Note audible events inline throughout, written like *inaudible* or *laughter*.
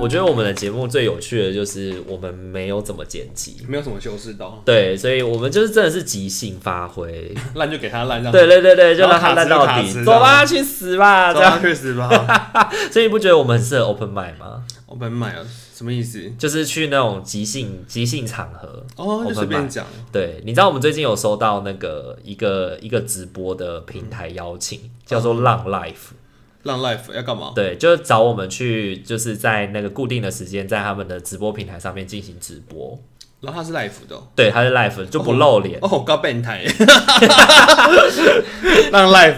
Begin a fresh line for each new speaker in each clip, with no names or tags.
我觉得我们的节目最有趣的就是我们没有怎么剪辑，
没有什么修饰到，
对，所以我们就是真的是即兴
*laughs*
发挥。
烂就给他烂，让
对对对对，就
然后
让它
卡
烂
兹
到
卡
底，
兹啊
走
这
吧，
样
去死吧，
他
这样。
去死
*laughs*
吧。
所以你不觉得我们很适合 open mic 吗？
我本买了，什么意思？
就是去那种即兴即兴场合。
哦，就
Open
随便
mic
讲。
对，你知道我们最近有收到那个一个一个直播的平台邀请，叫做浪 life。
浪 life 要干嘛？
对，就是找我们去，就是在那个固定的时间，在他们的直播平台上面进行直播。
然后他是 life 的哦。
对，他是 live 就不露脸，
哦，我高变
*laughs*
态。浪 life。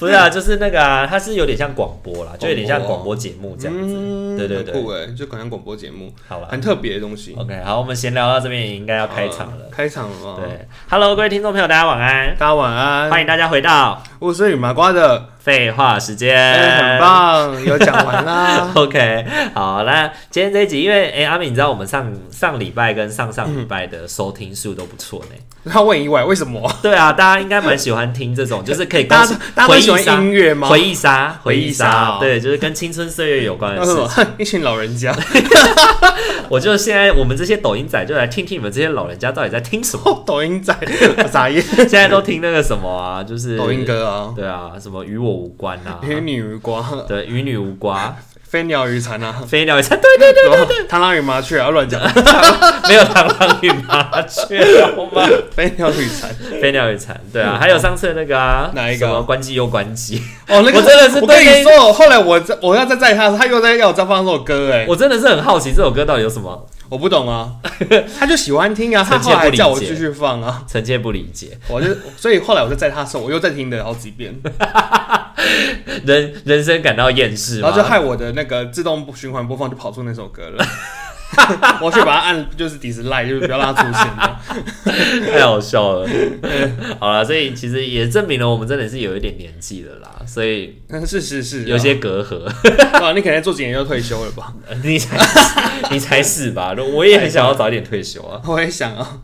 不是啊，就是那个啊，它是有点像广播啦，就有点像
哦
广播节目这样子。
嗯
对对对
很酷哎，就好像广播节目，
好啦
很特别的东西。
OK，好，我们闲聊到这边也应该要开场了
嗯。开场了吗？，
对，Hello，各位听众朋友，大家晚安，
大家晚安，
欢迎大家回到
巫师与麻瓜的，
废话时间，
哎很。棒，有讲完啦。 *laughs*
OK，好，那今天这一集，因为哎、阿敏，你知道我们上上礼拜跟上上礼拜的收听数都不错呢。
那问意外，为什么？
对啊，大家应该蛮喜欢听这种，就是
*laughs*
可以
大
跟
家大家
回
都
忆
喜
杀
欢音乐吗？
回忆杀，
回
回
忆
忆
杀哦哦
杀，对，就是跟青春岁月有关的
那
事
什 *laughs*
情
么。，一群老人家， *laughs*
我就现在我们这些抖音仔就来听听你们这些老人家到底在听什
*laughs*
么。
哦抖音
*laughs*
仔，傻眼，
现在都听那个什么啊，就是
抖音。歌啊，
对啊，什么与我无关啊，
天女与
*laughs*
瓜，
对，与你无关，啊
飞鸟与蝉啊，
飞鸟也才对对对，
然后螳螂与麻雀啊，乱
*laughs*
讲，
没有螳螂与麻雀，
*laughs*
好吗？
飞鸟与蝉，
飞鸟与蝉，对啊，还有上次那个啊，
嗯哪一个啊
什么关机又关机，
哦，那个
我真的是
我跟
对
你说，后来我在我要再载他，他又在要我再放这首歌，
*laughs*
哎，
我真的是很好奇这首歌到底有什么，
我不懂
*laughs*
啊，他就喜欢听啊，他
臣
后
妾
来还
不理解
叫我继续放啊，
臣妾不理解。
我就所以后来我就载他的时候，我又再听了好几遍，
*laughs* 人人生感到厌世
然
吗
后就？害我的那个自动循环播放就跑出那首歌
*laughs*
了。我去把它按，就是 dislike，就是不要让它出现
*laughs*
了。
太好笑了。好了，所以其实也证明了我们真的是有一点年纪了啦，所以
嗯是是是啊，
有些隔阂。
对啊，你可能做几年就退休了吧？
*laughs* 你才是你才是吧？我也很想要早点退休啊。
我也想啊，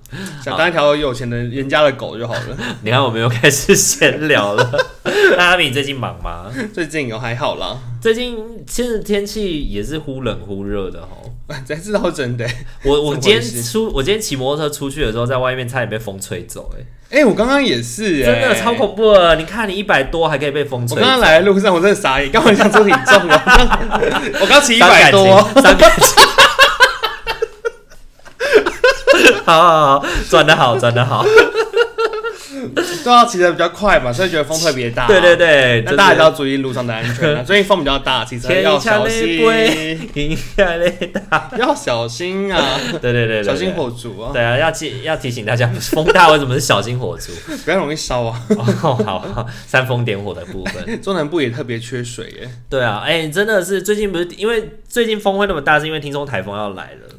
想当一条有钱的人家的狗就好了。 *laughs*
你看，我们又开始闲聊了。 *laughs* 那阿敏最近忙吗？
最近有还好啦，
最近其实天气也是忽冷忽热的哦。
才知道真的欸、
我我
怎么
今天
回事
出，我今天骑摩托车出去的时候，在外面差点被风吹走、欸，
哎、我刚刚也是、欸，
真的超。恐怖的。你看，你一百多还可以被风
我
吹
刚刚来的路上，我真的傻眼，刚好像做体重了。 *laughs* 我刚骑一
伤
百
感情
多，，
伤感情。好好好，转的好，转的好，
对啊，骑的比较快嘛，所以觉得风特别大、啊
对对。对，
那大家
就
也要注意路上的安全啊！最近风比较大，骑车
天
要
一下
小
嘞
心，
是停下来，对
要小心啊！
对对对，对
小心。火烛啊，
对啊，要记要提醒大家，风大为什么是小心火烛？
不要容易烧啊！ *laughs*
哦，好好，煽风点火的部分。
中南部也特别缺水欸耶，
对啊，哎、真的是最近不是因为最近风会那么大，是因为听说台风要来了。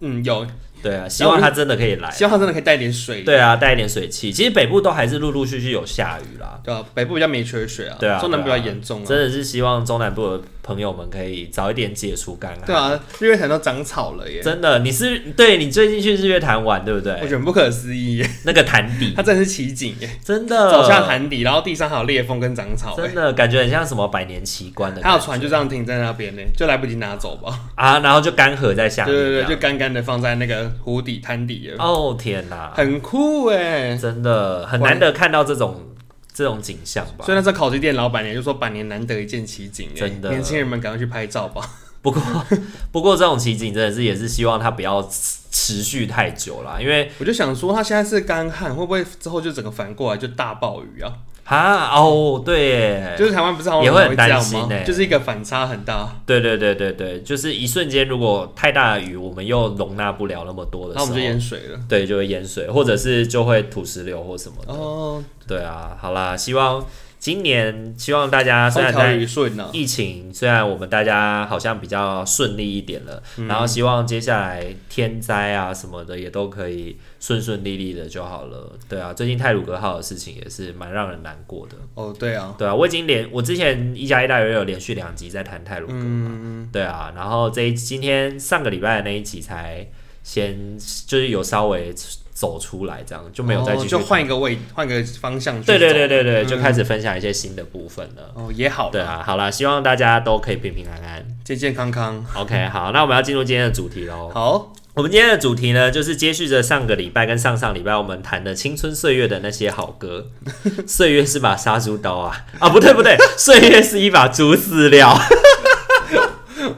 嗯，有，
对啊，希望它真的可以来。
希望它真的可以带点水。
对啊，带一点水汽。其实北部都还是陆陆续续有下雨啦。
对啊，北部比较没缺水啊，
对啊
中南部比较
对啊
严重啊。
真的是希望中南部的朋友们可以早一点解除干旱。
对，啊，日月潭都长草了耶，
真的，你是对你最近去日月潭玩对不
我
对
觉？得很不可思议耶，
*laughs* 那个潭底
它真的是奇景耶，
真的
走下潭底，然后地上还有裂缝跟长草耶，
呃真的感觉很像什么百年奇观的
还
感
有
觉。
船就这样停在那边呢，就来不及拿走吧。
啊，然后就干涸在下
对
面。
对对，
这
就
样
干干的放在那个湖底滩底耶，
哦天哪，
很酷哎。
真的很难得看到这种这种景象吧
所。以那时候烤鸡店老板娘就说：“百年难得一见奇景耶，
真的
年轻人们赶快去拍照吧。
不过 *laughs* 不过这种奇景真的是也是希望它不要持持续太久啦，因为”
我就想说，他现在是干旱，会不会之后就整个反过来就大暴雨啊？
啊哦对耶
就是台湾不是好像
也会很
容易这样
担心
吗？
欸
就是一个反差很大，
对对对对对，就是一瞬间，如果太大的雨，我们又容纳不了那么多的
然
时
后
候，
我们就淹水了。
对，就会淹水，或者是就会土石流或什么的。
哦，
对啊，好啦，希望今年希望大家虽
风
然
调
在
雨顺呢，
疫情，虽然我们大家好像比较顺利一点了，
嗯
然后希望接下来天灾啊什么的也都可以顺顺利利的就好了。对啊，最近泰鲁格号的事情也是蛮让人难过的。
哦，对啊，
对啊，我已经连我之前一加一大于二有连续两集在谈泰鲁格
嗯
嘛，对啊，然后这一今天上个礼拜的那一集才先就是有稍微走出来，这样就没有再
哦
继续
就
谈、
换一个位，换个方向去
对对
走
对，对对，
嗯
就开始分享一些新的部分了。
哦，也好
对
啦，
啊，好啦，希望大家都可以平平安安。
健健康康，
OK，好，那我们要进入今天的主题喽。
好， *laughs*
我们今天的主题呢，就是接续着上个礼拜跟上上礼拜我们谈的青春岁月的那些好歌。 *laughs* 岁月是把杀猪刀啊！啊，不对不对，岁月是一把猪饲料。 *laughs*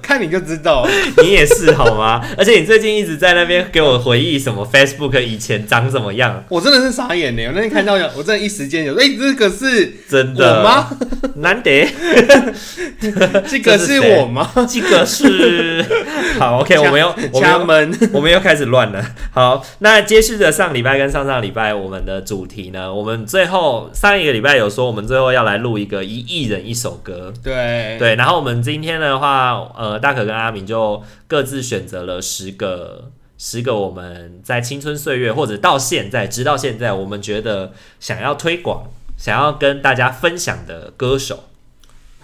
看你就知道，
你也是好吗？而且你最近一直在那边给我回忆什么 Facebook 以前长什么样，
我真的是傻眼呢，我那天看到，
*laughs*
我真的一时间有，哎，这个是
真
我
的 *laughs*
吗？
难得。
这个是
这是谁
我吗？
这个是好 OK，
家
我们又我们
家
又 *laughs*
门，
我们又开始乱了。好，那接续着上礼拜跟上上礼拜我们的主题呢，我们最后上一个礼拜有说我们最后要来录一个一亿人一首歌。
对，
对，然后我们今天的话，呃，大可跟阿明就各自选择了十个十个我们在青春岁月或者到现在，直到现在，我们觉得想要推广、想要跟大家分享的歌手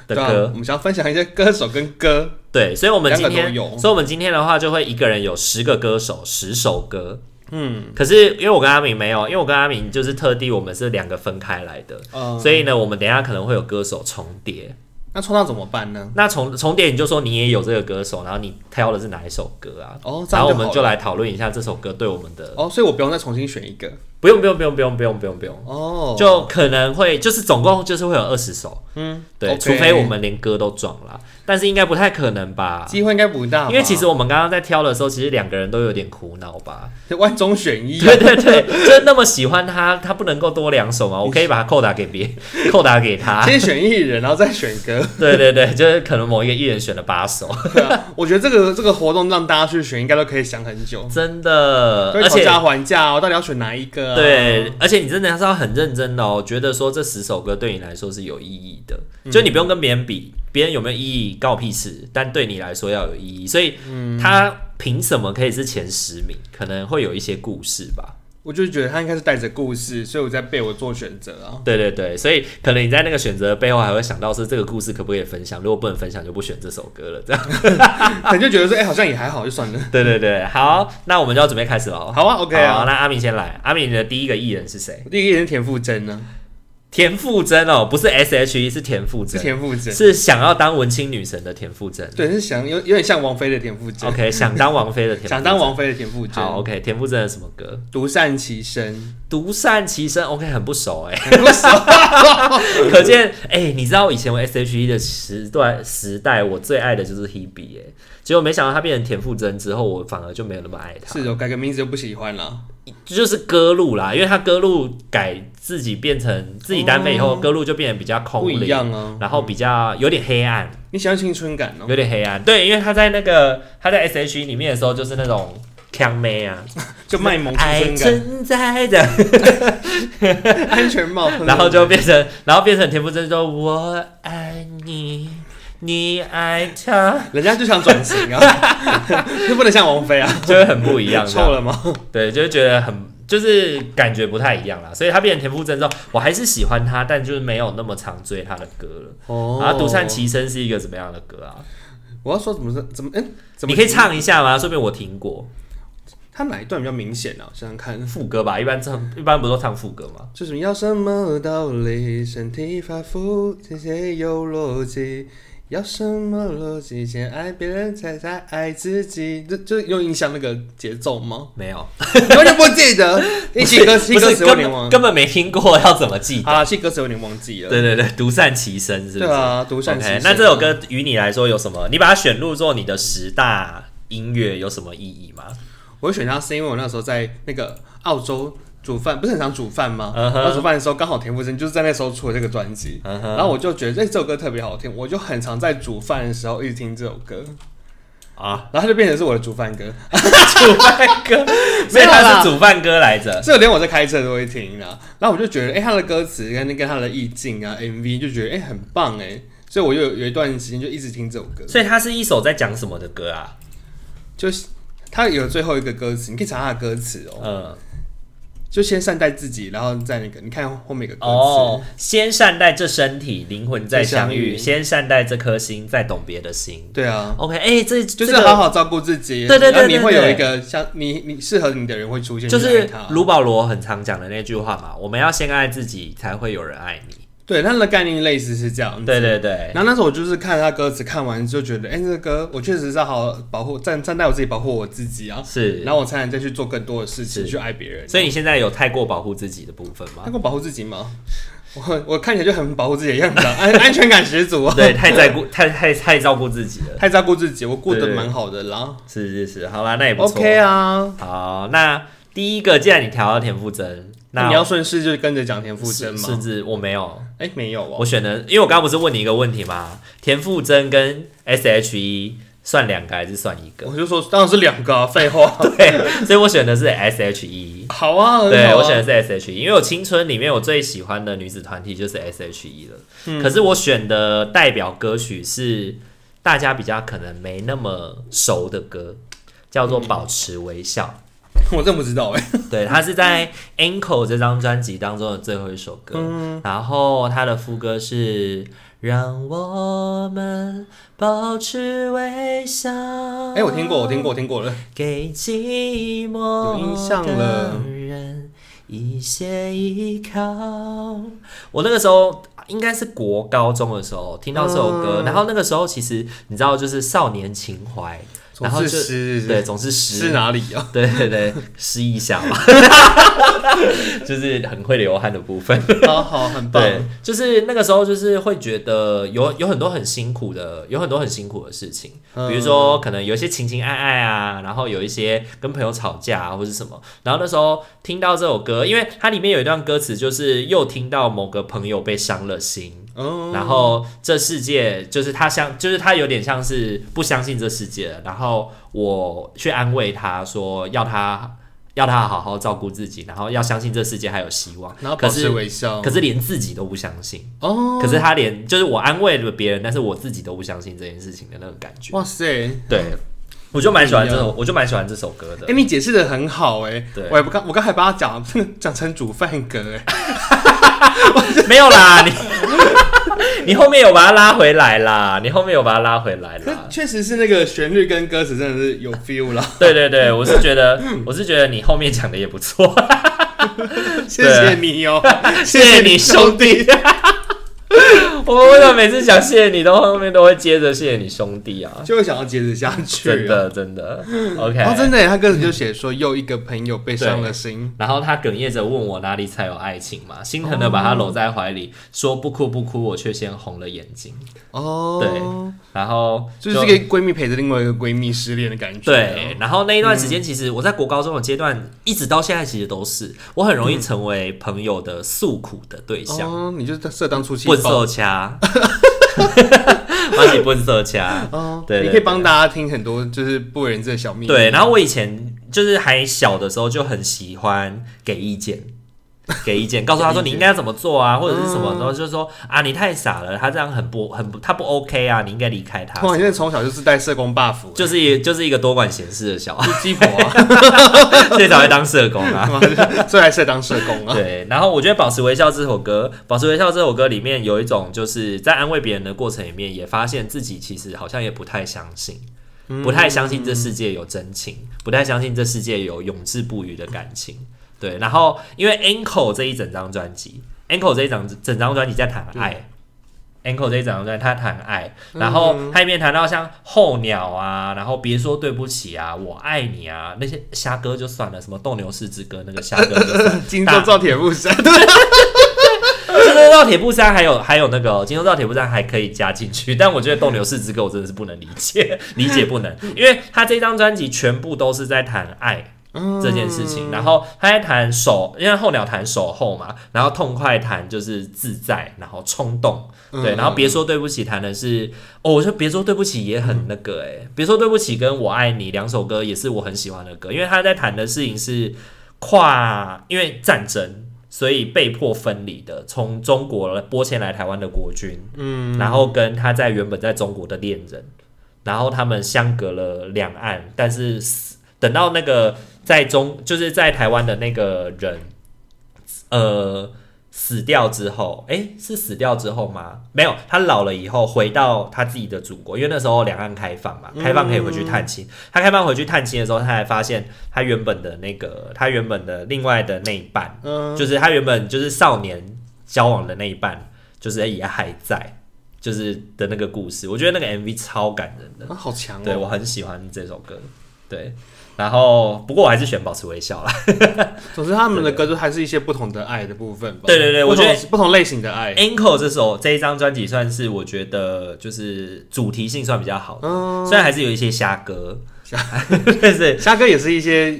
的
对啊
歌
我。们想要分享一些歌手跟歌，
对，所以我们今
两
天
个都，有
所以我们今天的话就会一个人有十个歌手，十首歌。嗯，可是因为我跟阿明没有，因为我跟阿明就是特地我们是两个分开来的，
嗯，
所以呢，我们等一下可能会有歌手重叠。
那创造怎么办呢？
那重重点你就说你也有这个歌手，然后你挑的是哪一首歌啊？
哦，这
然
样
后我
好
们
了
就来讨论一下这首歌对我们的，
哦，所以我不用再重新选一个
不用不用不用不用不用不用不用，
哦，
就可能会就是总共就是会有二十首，嗯，对
OK
除非我们连歌都撞了，但是应该不太可能吧？
机会应该不大吧，
因为其实我们刚刚在挑的时候，其实两个人都有点苦恼吧？
万中选一啊，
*laughs* 对对对，就那么喜欢他，他不能够多两首吗？我可以把他扣打给别， *laughs* 扣打给他。
先选艺人，然后再选歌。
对对对，就是可能某一个艺人选了八首，
对啊我觉得这个这个活动让大家去选，应该都可以想很久，
*laughs* 真的，
对，
呃而
讨
且
价还价哦，到底要选哪一个、啊？
对，而且你真的是要很认真的哦，觉得说这十首歌对你来说是有意义的，就你不用跟别人比，别人有没有意义关我屁事，但对你来说要有意义，所以他凭什么可以是前十名？可能会有一些故事吧。
我就觉得他应该是带着故事，所以我在被我做选择啊。
对对对，所以可能你在那个选择背后还会想到是这个故事可不可以分享，如果不能分享就不选这首歌了，这样。
可能就觉得说，哎、好像也还好，就算了。
*laughs* 对对对，好，那我们就要准备开始了哦。
好啊，OK
好
啊。
那阿敏先来，阿敏你的第一个艺人是谁？
我第一个艺人是田馥甄呢，
田馥甄哦，不是 S H E，是田馥
是
甄。
田馥甄，
是想要当文青女神的田馥甄。
对，是想有有点像王菲的田馥甄
OK，想当王妃的田馥甄。
想当王菲的田馥
哦好
甄，
OK，田馥甄的什么歌？
独善其身，
独善其身。OK，很不熟哎、
很多时候
*laughs* 可见哎、你知道以前我 S.H.E 的时段时代，我最爱的就是 Hebe 哎、结果没想到她变成田馥甄之后，我反而就没有那么爱她。
是，我哦改个名字就不喜欢了。
这就是歌路啦，因为她歌路改自己变成自己单飞以后，歌路就变得比较空
哦不一
灵，
样啊，
然后比较有点黑暗。
你喜欢青春感哦、
有点黑暗。对，因为他在那个他在 S H E 里面的时候，就是那种腔妹啊，
就卖萌
爱
青春
存在的，
感，安全帽，
哎 *laughs* 然后就变成，然后变成田馥甄说“我爱你，你爱他
人家就想转型啊，
*laughs*
就不能像王菲啊，”，
就会很不一样。这
臭
样
了吗？
对，就会觉得很。就是感觉不太一样啦，所以他变成田馥甄之后，我还是喜欢他，但就是没有那么常追他的歌了。
哦
然后啊独善其身是一个怎么样的歌啊？
我要说怎么是怎么嗯、怎么
你可以唱一下吗？说不定我听过
他哪一段比较明显啊？我想想看，
副歌吧，一般唱一般不都唱副歌吗？
就是要什么道理？身体发肤，这些有逻辑。要什么逻辑？先爱别人，才才爱自己。这这有印象那个节奏
*laughs*
吗？
没有，
你完全不记得。一起歌
不
一
是
起歌词我有
根
点
本
忘
根本没听过，要怎么记？
啊，一歌词有点忘记了。
对对对，独善其身是不
对
是？
啊，独善其
OK，
身。
那这首歌于你来说有什么？你把它选入做你的十大音乐有什么意义吗？
我会选它是因为我那时候在那个澳洲煮饭，不是很常煮饭吗？
嗯
然
哼
后煮饭的时候，刚好田馥甄就是在那时候出了这个专辑，
嗯哼
然后我就觉得、哎这首歌特别好听，我就很常在煮饭的时候一直听这首歌。
啊， *laughs*
然后他就变成是我的煮饭歌，
煮饭歌，
没
所以
有
他
啦
是煮饭歌来着。
这个连我在开车都会听啊。然后我就觉得，哎、他的歌词跟跟他的意境啊，MV 就觉得哎、很棒哎、所以我就有有一段时间就一直听这首歌，
所以他是一首在讲什么的歌啊？
就是他有最后一个歌词，你可以查他的歌词哦，
嗯，
就先善待自己，然后再那个，你看后面有个歌词。
哦，先善待这身体，灵魂再相
再相
遇；
遇
先善待这颗心，再懂别的心。
对啊，
OK，哎、这
就
这
是
个
好好照顾自己。
对对对
然后你
对
会有
对
一个像你你适合你的人会出现，
就
你爱
是
他
卢保罗很常讲的那句话嘛，我们要先爱自己，才会有人爱你。
对他的概念类似是这样子。
对对对，
然后那时候我就是看他歌词，看完就觉得，哎、这个歌我确实是要好好保护，站站在我自己，保护我自己啊。
是。
然后我才能再去做更多的事情，
是
去爱别人。啊
所以你现在有太过保护自己的部分
他
吗
能？够保护自己吗？ *laughs* 我我看起来就很保护自己的样子、啊，安 *laughs* 安全感十足 *laughs* 啊。
*laughs* 对，太在乎，太太太照顾自己了。
太照顾自己，我过得
对
蛮好的啦。
是是是，好啦，那也不错。
OK 啊，
好，那第一个，既然你调到田馥甄，
那
那
你要顺势就跟着讲田馥甄
是
嘛
甚。至我没有，
哎、没有哦
我。选的，因为我刚刚不是问你一个问题吗？田馥甄跟 S.H.E 算两个还是算一个？ *laughs*
我就说当然是两个、啊，废话。
对，所以我选的是 E S.H.E。
好啊，很好啊
对，我选的是 S.H.E，因为我青春里面我最喜欢的女子团体就是 S.H.E 了。
嗯
可是我选的代表歌曲是大家比较可能没那么熟的歌，叫做《保持微笑》。
*laughs* 我真不知道哎、 *laughs*
对，它是在《Ankle》这张专辑当中的最后一首歌。
嗯
然后它的副歌是“让我们保持微笑”。
哎、我听过，我听过，我听过了。
给寂寞
有印象了
的人一些依靠。我那个时候应该是国高中的时候听到这首歌，
嗯
然后那个时候其实你知道，就是少年情怀，
总
然后
是
就
诗
对，总是诗
是哪里啊？
对对对，诗一下嘛， *laughs* 就是很会流汗的部分。
*laughs* 好好，很棒。
对，就是那个时候，就是会觉得有有很多很辛苦的，有很多很辛苦的事情，
嗯
比如说可能有一些情情爱爱啊，然后有一些跟朋友吵架啊，或是什么。然后那时候听到这首歌，因为它里面有一段歌词，就是又听到某个朋友被伤了心，
嗯，
然后这世界就是他相，就是他有点像是不相信这世界了，然后我去安慰他说要他。要他好好照顾自己，然后要相信这世界还有希望。
然后保
可是
持微笑。
可是连自己都不相信。
哦，
可是他连就是我安慰了别人，但是我自己都不相信这件事情的那种感觉。
哇塞，哎、
对，我就蛮喜欢这首，我就蛮喜欢这首歌
*laughs*
的。
你解释的很好哎、
对
我也不刚，我刚才把它讲讲 *laughs* 成煮饭歌哎、
没有啦，你 *laughs* 你后面有把它拉回来啦，你后面有把它拉回来啦
可。 *laughs* 确实是那个旋律跟歌词真的是嗯有 feel
*laughs*
啦。
对对对，我是觉得，我是觉得你后面讲的也不错， *laughs*
谢谢你哦、
啊谢谢你兄弟。我们为什么每次讲谢谢你，都后面都会接着谢谢你兄弟啊？
*laughs* 就会想要接着下去、啊
真。的嗯真的，OK，
哦，真的耶，他歌词就写说又一个朋友被伤了心，
然后他哽咽着问我哪里才有爱情嘛，心疼的把他搂在怀里，说不哭不哭，我却先红了眼睛。
哦，
然后
对，就是这个闺蜜陪着另外一个闺蜜失恋的感觉，啊
对，，然后那一段时间，其实我在国高中的阶段，一直到现在，其实都是我很容易成为朋友的诉苦的对象，
哦，你就适合当出气
问
包
色掐， *laughs* 而且问色掐。
哦，
对对
你可以帮大家听很多就是不为人知的小秘密。
对，，然后我以前就是还小的时候就很喜欢给意见，给
*laughs*
意见，告诉他说你应该要怎么做啊，或者是什
嗯
么，然后就说啊你太傻了，他这样很不很不他不 OK 啊，你应该离开他。
哇，你现在从小就是带社工 buff，
就是一就是一个多管闲事的小孩，
鸡婆啊，
*laughs* 最早会当社工啊。
所以还是当社工
*laughs*
啊。
对，然后我觉得《保持微笑》这首歌，《保持微笑》这首歌里面有一种就是在安慰别人的过程里面，也发现自己其实好像也不太相信，不太相信这世界有真情，不太相信这世界有永志不渝的感情。对，然后因为《Ankle》这一整张专辑，《Ankle》这一整整张专辑在谈爱。Ankle 这一整张专辑，他谈爱，然后他里面谈到像候鸟啊，然后别说对不起啊，我爱你啊，那些虾哥就算了，什么斗牛士之歌那个虾哥就算了，
金州造铁布衫，
金州到铁布衫还有还有那个哦金州到铁布衫还可以加进去， *laughs* 但我觉得斗牛士之 *laughs* 歌我真的是不能理解，理解不能，因为他这张专辑全部都是在谈爱，这件事情。然后他在谈守，因为候鸟谈守候嘛，然后痛快谈就是自在，然后冲动，对，
嗯
然后别说对不起谈的是，哦，我就别说对不起也很那个哎、别说对不起跟我爱你两首歌也是我很喜欢的歌，因为他在谈的事情是跨，因为战争。所以被迫分离的，从中国拨迁来台湾的国军，
嗯，
然后跟他在原本在中国的恋人，然后他们相隔了两岸，但是死等到那个在中就是在台湾的那个人，呃，死掉之后，诶，是死掉之后吗？没有，他老了以后回到他自己的祖国，因为那时候两岸开放嘛，开放可以回去探亲。他开放回去探亲的时候，他才发现他原本的那个他原本的另外的那一半，
嗯
就是他原本就是少年交往的那一半，就是也还在，就是的那个故事，我觉得那个 MV 超感人的，
啊， *laughs* 好强哦，
对我很喜欢这首歌，对。然后，不过我还是选保持微笑啦。
总之，他们的歌就还是一些不同的爱的部分吧。
对对对
不同
我觉哎
不同类型的爱。
Anko 这首这一张专辑算是我觉得就是主题性算比较好的，
嗯，
虽然还是有一些瞎歌， *laughs* 但是
虾哥也是一些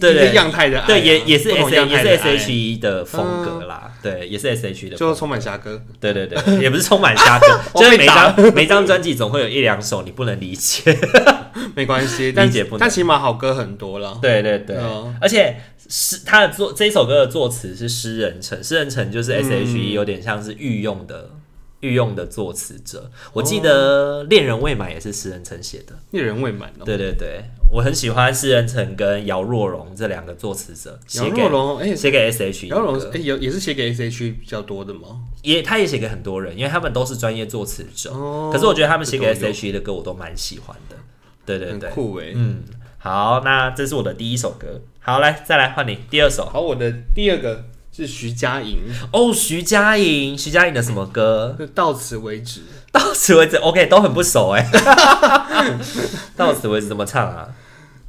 对对
一些样态的爱啊，
对也也是
不
S
同
H
样
也
态
是
的爱哎哦
S H E 的风格啦，对，也是 S H E 的风格
就充满虾哥。
对对对，也不是充满瞎歌，
*laughs* 我
就
被
是每
打
张每张专辑总会有一两首你不能理解。
没关系，
理
但
解不能
但起码好歌很多了。
对对对，
嗯
而且诗他的作这一首歌的作词是诗人城，诗人城就是
嗯
S H E 有点像是御用的。御用的作词者，我记得《恋人未满》也是诗人城写的。
一人未哦满哦。
对对对，我很喜欢诗人城跟姚若龙这两个作词者
姚
写给
若龙，哎，
写给 S H E。
姚若龙，哎，有也是写给 S H 比较多的吗？
也他也写给很多人，因为他们都是专业作词者。
哦
可是我觉得他们写给
这都
S
有
H E 的歌我都蛮喜欢的。对对
很
对，
酷哎。
嗯，好，那这是我的第一首歌。好，来，再来换你第二首。
好，我的第二个是徐佳莹，
哦，徐佳莹，徐佳莹的什么歌？ *laughs*
就到此为止。
到此为止，OK，都很不熟哎。 *laughs* 到此为止怎么唱啊？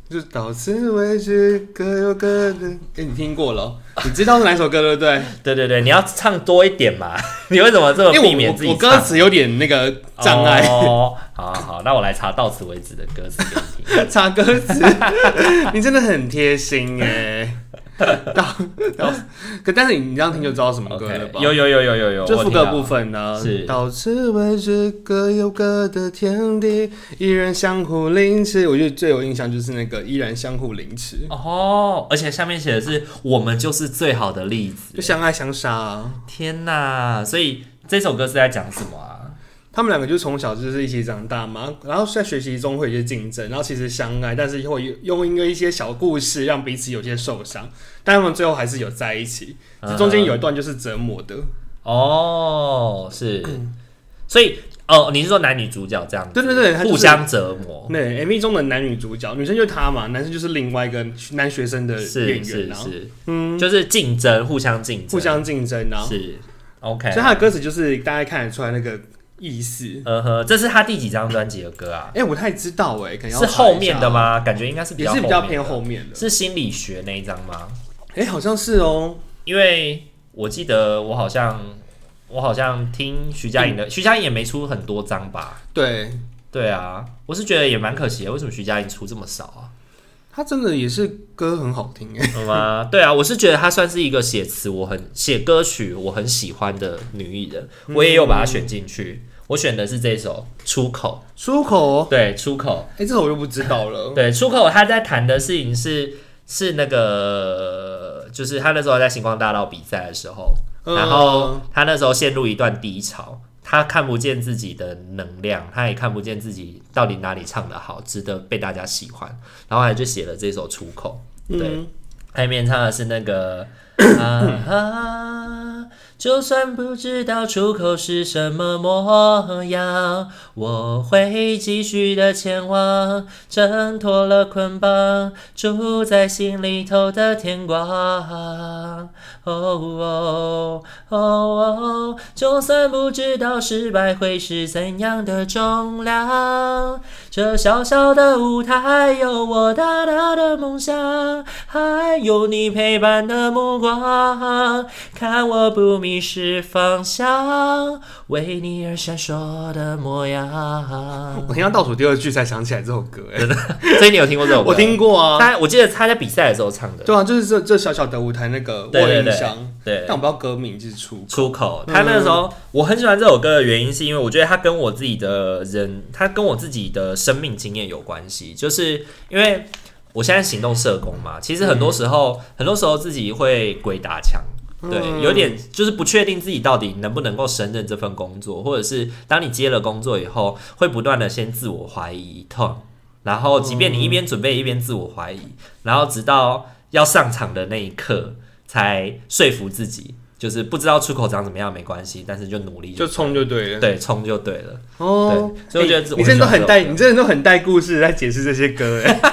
就是到此为止，各有各的。哎，你听过了哦？你知道是哪首歌对不对？
*laughs* 对对对，你要唱多一点嘛。 *laughs* 你为什么这么
因
避
为
免
我
自
我
己
我歌
唱？
词有点那个障碍， *laughs*
哦，好好好，那我来查到此为止的歌词给你
*laughs*
听。
查歌词，你真的很贴心哎。到到，可但是你这样听就知道什么歌了
OK，
吧？
有有有有有有，
就
我
副
听
歌
到
部分呢，
是
到此为止，各有各的天地，依然相互凌迟。我觉得最有印象就是那个依然相互凌迟，
哦，而且下面写的是我们就是最好的例子
就。相爱相杀、啊。
天哪！所以这首歌是在讲什么啊？
他们两个就从小就是一起长大嘛，然后在学习中会有一些竞争，然后其实相爱，但是会有用因为一些小故事让彼此有些受伤，但他们最后还是有在一起。
嗯
这中间有一段就是折磨的，
哦，是，所以哦，你是说男女主角这样子？
嗯对对对他就是
互相折磨。
那 MV 中的男女主角，女生就是他嘛，男生就是另外一个男学生的演
是
员
是
啊，
是，嗯，就是竞争，互相竞争，
互相竞争啊。
是 OK。
所以他的歌词就是大家看得出来那个意思。
呃呵，这是他第几张专辑的歌啊？
哎、我不太知道哎、可能要
是
查一下
后面的？吗？感觉应该是比
也
较
是比较偏
后
后面
面的，
的。
是心理学那一张吗？
哎、好像是哦、
因为我记得我好像我好像听徐佳莹
嗯
的，徐佳莹也没出很多张吧？
对，
对啊，我是觉得也蛮可惜的，为什么徐佳莹出这么少啊？
他真的也是歌很好听哎、
嗯啊，对啊，我是觉得她算是一个写词我很写歌曲我很喜欢的女艺人，我也有把她选进去。我选的是这首《出口
出口哦、》，
对，《出口
哎、这首我就不知道》，了。
对，《出口》她在谈的事情是是那个，就是她那时候在星光大道比赛的时候，
嗯
然后他那时候陷入一段低潮，他看不见自己的能量，他也看不见自己到底哪里唱得好，值得被大家喜欢，然后他就写了这首《出口》。对，
嗯
他里面唱的是那个啊哈，就算不知道出口是什么模样，我会继续的前往，挣脱了捆绑，住在心里头的天光。哦哦哦哦，就算不知道失败会是怎样的重量，这小小的舞台有我大大的梦想，还有你陪伴的目光。看我不迷你是方向，为你而闪烁的
*laughs*
模样。
我听到倒数第二句才想起来这首歌、哎，
所以你有听过这首歌？
我听过啊。
他，我记得他在比赛的时候唱的。
对啊，就是这这小小的舞台那个我
对
有
对
印
对
象，
对
但我不知道歌名之出。
出口，他那时候、我很喜欢这首歌的原因，是因为我觉得它跟我自己的人，它跟我自己的生命经验有关系。就是因为我现在行动社工嘛，其实很多时候，很多时候自己会鬼打墙，对，有点就是不确定自己到底能不能够胜任这份工作，或者是当你接了工作以后，会不断的先自我怀疑一通，然后即便你一边准备一边自我怀疑，然后直到要上场的那一刻，才说服自己，就是不知道出口长怎么样没关系，但是就努力
就冲就对了。
对冲就对了。
哦，
对所以我觉得
哎
这
你真的都很
我很喜欢
带，
这首歌
你真的都很带故事在解释这些歌哎。 *laughs*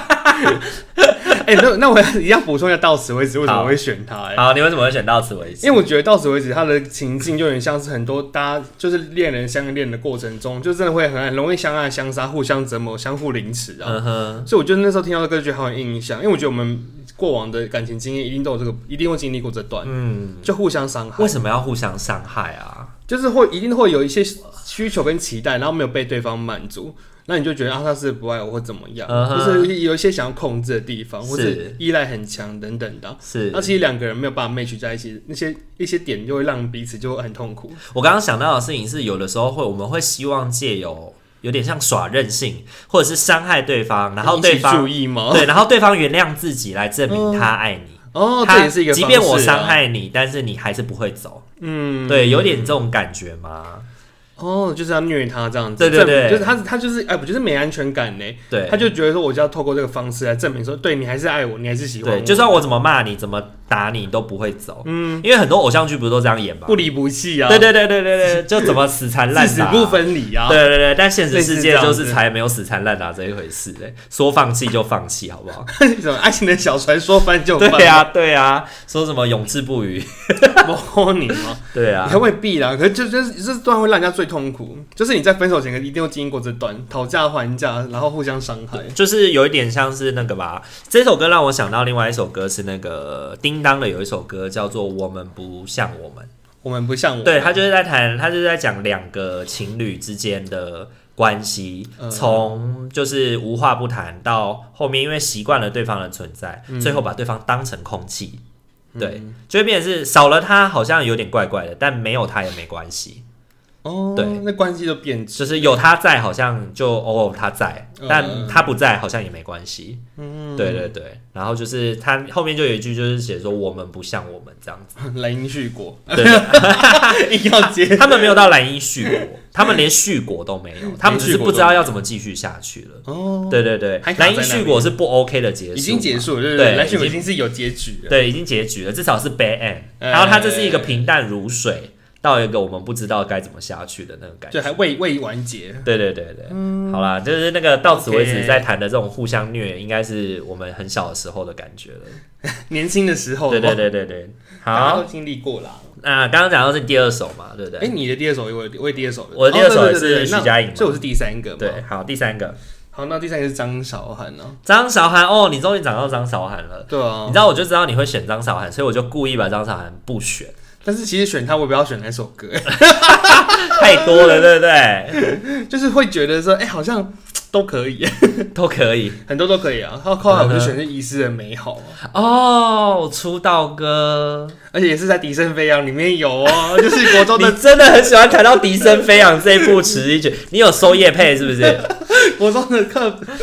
哎、那那我要一样补充一下，到此为止为什么
好
会选它？哎，
好，你为什么会选到此为止？
因为我觉得到此为止，它的情境就有点像是很多大家就是恋人相恋的过程中，就真的会很很容易相爱相杀、互相折磨、相互凌迟啊。
嗯哼，
所以我觉得那时候听到的歌曲很有印象，因为我觉得我们过往的感情经验一定都有这个，一定会经历过这段，
嗯，
就互相伤害
为，什么要互相伤害啊？
就是会一定会有一些需求跟期待，然后没有被对方满足，那你就觉得啊他是不爱我或怎么样，
嗯哼
就是有一些想要控制的地方，
是
或是依赖很强等等的啊。
是
那其实两个人没有办法 match 在一起，那些一些点就会让彼此就很痛苦。
我刚刚想到的事情是，有的时候会我们会希望借由有点像耍任性，或者是伤害对方，然后
引起
对方
注意吗？
对，然后对方原谅自己来证明他爱你。
哦，这
他
也是一个、
即便我伤，害你，但是你还是不会走，
嗯，
对，有点这种感觉吗？
哦，就是要虐他这样子，
对对
证
对
明就是他他就是哎，我就是没安全感呢。
对，
他就觉得说，我就要透过这个方式来证明说，对你还是爱我，你还是喜欢我，
对，就算我怎么骂你，怎么打你，你都不会走。
哦嗯，
因为很多偶像剧不是都这样演吗？
不离不弃啊，
对对对对对对，就怎么死缠
*laughs*
烂
至
打，
死不分离啊。
对对对，但现实世
类似
界就
这样
是
子
才没有死缠烂打这一回事、欸，说放弃就放弃，好不好？
什么爱情的小船说翻
*laughs*
就翻，
对啊，对啊，说什么永志不渝， *laughs*
摸你吗？
对啊
*laughs* 你还，未必啦，可是就就是这段会让人家最痛苦，就是你在分手前一定会经过这段讨价还价，然后互相伤害。
就是有一点像是那个吧。这首歌让我想到另外一首歌是那个叮当的有一首歌叫做《我们不像我们》，
我们不像我，
对他就是在谈，他就是在讲两个情侣之间的关系，
嗯
从、就是无话不谈到后面，因为习惯了对方的存在，最后把对方当成空气，对，就会变成是少了他好像有点怪怪的，但没有他也没关系，
哦，
对
那关系就变质。
就是有他在好像就哦他在
嗯，
但他不在好像也没关系，
嗯，
对对对，然后就是他后面就有一句就是写说我们不像我们这样子，
来因续果，
对。
硬要接，
他们没有到蓝衣续
*laughs*
国，他们连续国都没
嗯
有，他们只是不知道要怎么继续下去了。
哦，
对对对
还，卡在
蓝衣续国是不 OK 的结束嘛，
已经结束了，对对，
对
来续果已
已
经是有结局了。
对，已经结局了，至少是 bad end。
哎
然后它这是一个平淡如水，到一个我们不知道该怎么下去的那个感
就
觉。
还未未完结，
对对对对，好啦，就是那个到此为
OK
止在谈的这种互相虐，应该是我们很小的时候的感觉了。
年轻的时候，哦
对对，对对对，
大家
好
都，经历过啦。
那刚刚讲到是第二首嘛，对不
哎、
对？
你的第二首我有，我有第二首的，
我的第二首
哦对对对
是
对那
徐佳莹嘛
所以我是第三个嘛。
对，，好，第三个
好，那第三个是张韶涵呢、
张韶涵哦，你终于讲到张韶涵了。
对啊
*laughs* 你知，道，我就知道你会选张韶涵，所以我就故意把张韶涵不选，
但是其实选她，我也不要选那首歌， *laughs*
太多了，对不
就是会觉得说，哎、好像都可以， *laughs*
对？都可以
很多都可以啊。后后来我就
嗯哼
选是《遗失的美好》啊，
哦。出道歌，
而且也是在《笛声飞扬》里面有哦， *laughs* 就是国中
你
的
真的很喜欢谈到《笛声飞扬》这一部词一句，你有收叶配是不是？
国中的课 *laughs* 本。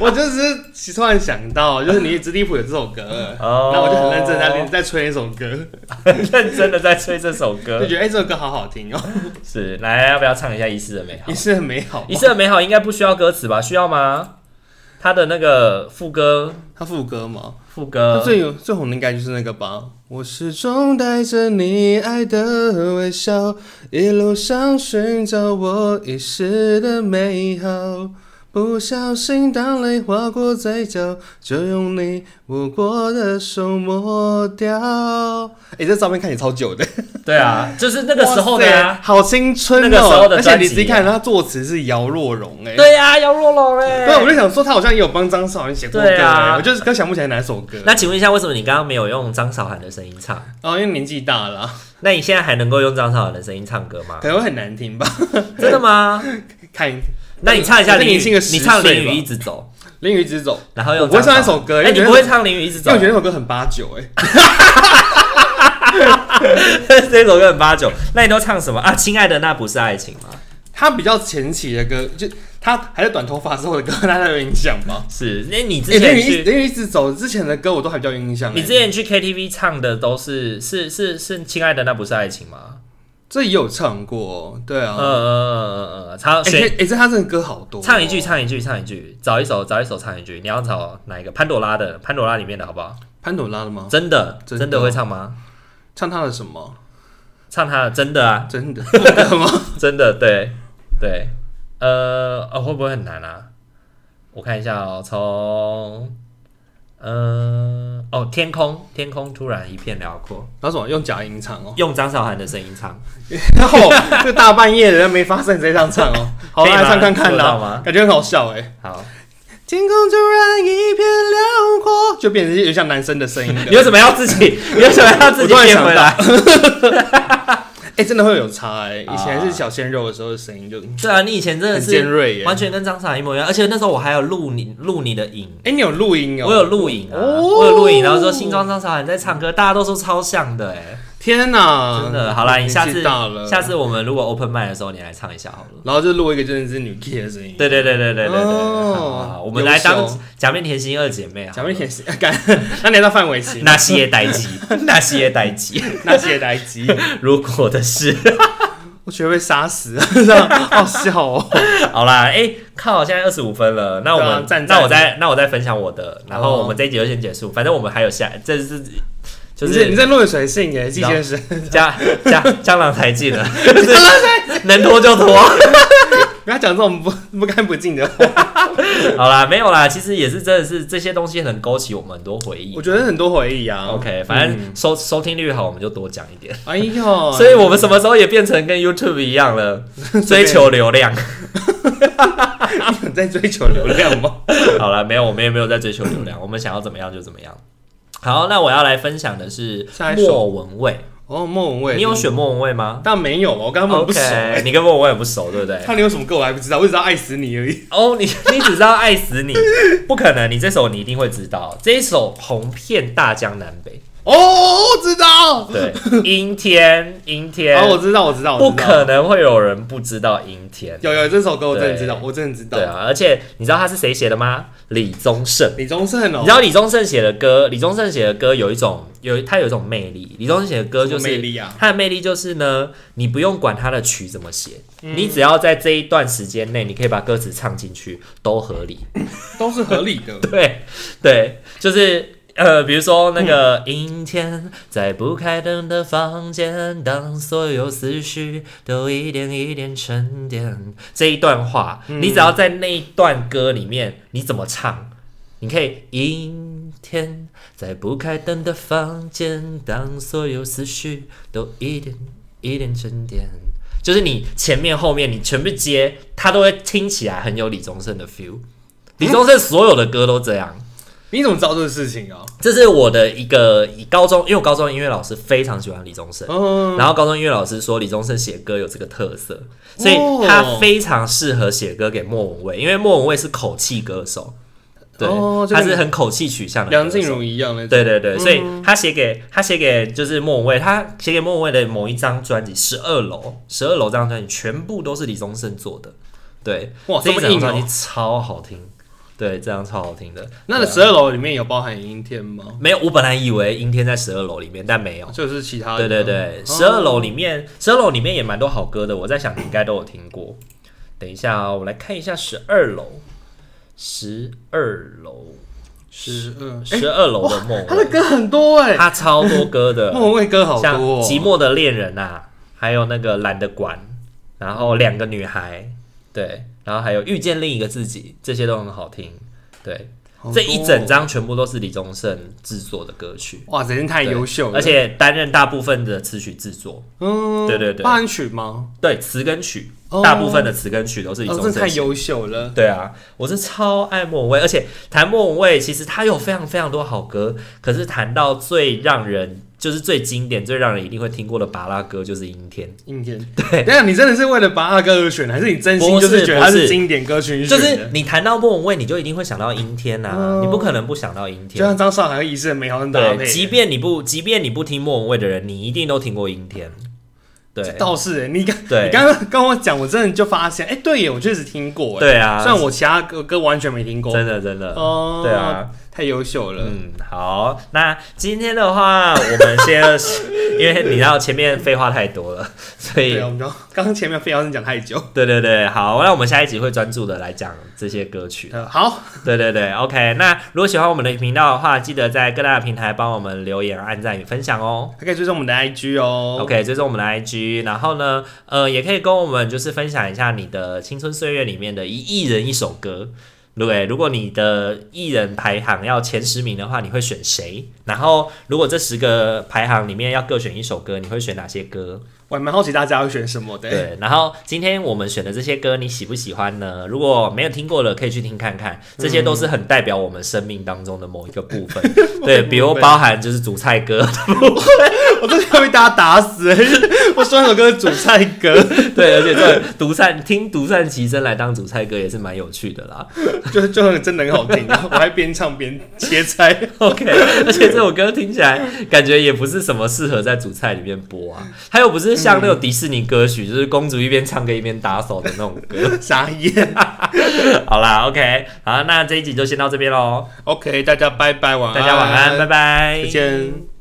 我就是突然想到，就是你直立谱有这首歌，
哦
*laughs* 那我就很认真地在在吹那首歌，
很 *laughs* 认真的在吹这首
就
歌。
觉得哎、这首歌好好听哦，
是，来，要不要唱一下《遗失的美好
也》？是很美好。
《遗失的美好》应该不需要歌词吧？需要吗？他的那个副歌，
他副歌嘛，
副
那
歌，
最有最红的应该就是那个吧。我始终带着你爱的微笑，一路上寻找我遗失的美好，不小心当泪划过嘴角，就用你握过的手抹掉。哎、这照片看起来超久的，
对啊，就是那个时候的
哇塞 *laughs*
啊，
好青春哦、
那个时候的
而且
专辑
你
啊
仔细看，他作词是姚若龙、哎，
对啊，姚若龙嘞。
对，我就想说他好像也有帮张韶涵写过歌、
对啊
哎我就是刚想不起来哪首歌。
那请问一下，为什么你刚刚没有用张韶涵的声音唱？
哦，因为年纪大了，
那你现在还能够用张韶涵的声音唱歌吗
可？能会很难听吧。
真的吗？
看《
那你唱一下
我是
淋雨，
年轻个
你唱
10岁
淋雨
吧
一直走，
淋雨之走》，
然后
我
用
不会
张
唱
韶涵
那首歌，因为
哎、你
觉得
不会唱淋雨一直
因
走
为我，觉得那首歌很八九哎。
*laughs* 这首歌很八九。那你都唱什么啊？亲爱的，那不是爱情吗？
他比较前期的歌，就他还是短头发时候的歌，大家有印象吗？
是，那你之
欸淋
前
雨一
去，
淋雨一直走之前的歌，我都还比较有印象、欸。
你之前去 KTV 唱的都是是是是亲爱的，那不是爱情吗？
这也有唱过哦，对
嗯
啊。
嗯嗯嗯，唱
哎、
选、
这哎、这他真的歌好多哦、
唱一句，唱一句，唱一句，找一首找一首唱一句。你要找哪一个？潘朵拉的，潘朵拉里面的好不好？
潘朵拉的吗？
真的
哦真的
真的会唱吗？
唱他的什么？
唱他的真的啊，
真
*laughs*
的副歌吗？
真的，对对，呃，哦，会不会很难啊？我看一下哦，从，嗯、哦，天空，天空突然一片辽阔，
然后什么用假音唱哦？
用张韶涵的声音唱，
然后这大半夜的没发生，你直接这样唱哦。好，
可以吗
来唱看看
做到
啦
吗，
感觉很好笑哎、
好，
天空突然一片辽阔，就变成有点像男生的声音
*laughs* 你
的。
为什么要自己，你为什么要自己
我突然
变
想
回来？
*laughs* 哎、真的会有差哎、
啊
以前是小鲜肉的时候的声音就嗯很
*laughs* 对啊，你以前真的
尖
是
锐耶、
完全跟张韶涵一模一样，而且那时候我还有录你录你的影。
哎、你有录音哦、
我有录影啊，
哦
我有录影，然后说新装张韶涵在唱歌，大家都说超像的哎、
天哪！
真的。好啦，你下
年纪
次
大了，
下次我们如果 open mic 的时候，你来唱一下好了。
然后就录一个真的是女 K 的声音。
对对对对对对对，
哦
好好好我们来
优
当
秀
假面甜心二姐妹啊，
假面也是，干，那你要到范玮琪，
那些代 *laughs* 机，那些代机，
*laughs* 那些来机，
如果的事，
*laughs* 我觉得被杀死，这样好笑哦。 *laughs*
好啦，哎、靠，现在二十五分了，那我
对啊
们、
赞
那我
赞
再那我再分享我的，然
哦
后我们这一集就先结束，反正我们还有下，这是就
你这你
是
这落水性耶，季先生，
加加江郎才尽了，能拖就拖。
不要讲这种不不干不净的话。
好啦，没有啦，其实也是真的是这些东西能勾起我们很多回忆
*laughs* 我。觉得很多回忆啊。
OK，反
哦嗯
正收、收听率好，我们就多讲一点。
哎呦，
所以我们什么时候也变成跟 YouTube 一样了，
*laughs*
追求流量。
你在追求流量吗？
好了，没有，我们也没有在追求流量，我们想要怎么样就怎么样。好，那我要来分享的是
下一首
莫文蔚，
*laughs* 哦，莫文蔚，
你有选莫文蔚吗
但没有，我跟他们不熟。欸
？OK，你跟莫文蔚也不熟，对不对？
看你有什么歌，我还不知道，我只知道爱死你而
*laughs*
已。
哦，你你只知道爱死你，不可能，你这首你一定会知道，这一首红遍大江南北，
哦，我知 *laughs* 道，
对，阴天，阴天，
哦，我知道，我知道，我
不
知道
可能会有人不知道阴天，
有有这首歌，我真的
对
知道，我真的知道
对。啊，而且你知道他是谁写的吗？李宗盛。
李宗盛哦，
你知道李宗盛写的歌，李宗盛写的歌有一种有他有一种魅力。李宗盛写的歌就
什么魅
是
力啊
他的魅力就是呢，你不用管他的曲怎么写，
嗯
你只要在这一段时间内，你可以把歌词唱进去，都合理。
都是合理
*laughs*
的。
对对，就是。呃，比如说那个阴天，在不开灯的房间，当所有思绪都一点一点沉淀，这一段话，你只要在那一段歌里面，你怎么唱，你可以阴天，在不开灯的房间，当所有思绪都一点一点沉淀。就是你前面后面你全部接，它都会听起来很有李宗盛的 feel。李宗盛所有的歌都这样，
你怎么知道这个事情啊？
这是我的一个以高中，因为我高中音乐老师非常喜欢李宗盛，
嗯，
然后高中音乐老师说李宗盛写歌有这个特色，所以
哦
他非常适合写歌给莫文蔚，因为莫文蔚是口气歌手，对，
哦就
他
跟
是很口气取向的歌手
梁静茹嗯一样那种。
对对对，所以他写给他写给就是莫文蔚，他写给莫文蔚的某一张专辑《十二楼》，十二楼这张专辑全部都是李宗盛做的，对，
哇
这一
这么硬
整张专辑
哦
超好听，对，这张超好听的。
那十二楼里面有包含阴天吗？
没有，我本来以为阴天在十二楼里面，但没有。
就是其他
对
的。哦
对对，十二楼里面，十二楼里面也蛮多好歌的，我在想你应该都有听过。等一下、哦，我来看一下十二楼，十二楼，
十二，
十二楼的梦，
哎他的歌很多哎，
他超多
*laughs*
歌的，
莫文蔚歌好
像
多哦。
《寂寞的恋人》啊，还有那个懒得管，然后两个女孩，对，然后还有遇见另一个自己，这些都很好听。对，
好
这一
多
整
哦
张全部都是李宗盛制作的歌曲，
哇，真是太
对
优秀了，
而且担任大部分的词曲制作，
嗯，
对对对
包含曲吗？
对词跟曲，
哦
大部分的词跟曲都是李
哦，
宗
真的太
盛写的。
优秀了，
对啊，我是超爱莫文蔚，而且谈莫文蔚，其实他有非常非常多好歌，可是谈到最让人就是最经典、最让人一定会听过的巴拉歌，就是《阴天》。
阴
*laughs*
天。对，等一下你真的是为了把二歌而选，还是你真心
不
就是觉得它
不是
经典歌曲你
就
选的？
是你谈到莫文蔚，你就一定会想到阴天呐、
哦
你不可能不想到阴
就
天。啊
像张韶涵和遗失的美好跟搭
对，
配，
即便你不，即便你不听莫文蔚的人，你一定都听过阴天。对
这，倒是欸你刚 *laughs*
对
你刚刚跟我讲，我真的就发现，哎，对耶，我确实听过，哎，
对啊，
虽然我其他歌歌完全没听过，
真的真的，
哦，
对啊，
太优秀了，
嗯，好，那今天的话，我们先，因为你知道前面废话太多了，所以
对啊，我们就刚刚前面非要讲太久，
对对对，好，那我们下一集会专注的来讲这些歌曲。
呃好，
对啊对对，OK。那如果喜欢我们的频道的话，记得在各大平台帮我们留言、按赞与分享哦。
还可以追踪我们的 IG 哦
OK，这是我们的 IG，然后呢，呃，也可以跟我们就是分享一下你的青春岁月里面的一亿人一首歌。对，如果你的艺人排行要前十名的话，你会选谁？然后，如果这十个排行里面要各选一首歌，你会选哪些歌？
我还蛮好奇大家会选什么的，
对，然后今天我们选的这些歌，你喜不喜欢呢？如果没有听过的，可以去听看看，这些都是很代表我们生命当中的某一个部分。对，比如包含就是主菜歌，
*laughs* 我真的要被大家打死、欸！ *laughs* 我说那首歌是主菜歌，
*laughs* 对，而且这种独善听独善其身来当主菜歌也是蛮有趣的啦。
*laughs* 就就很真的很好听，我还边唱边切菜。 *laughs*
OK，而且这首歌听起来感觉也不是什么适合在主菜里面播啊，它又不是
嗯
像那种迪士尼歌曲，就是公主一边唱歌一边打手的那种歌。
傻眼。
好啦，OK，好，那这一集就先到这边喽，
OK，大家拜拜，晚安，
大家晚安，拜，拜，
再见。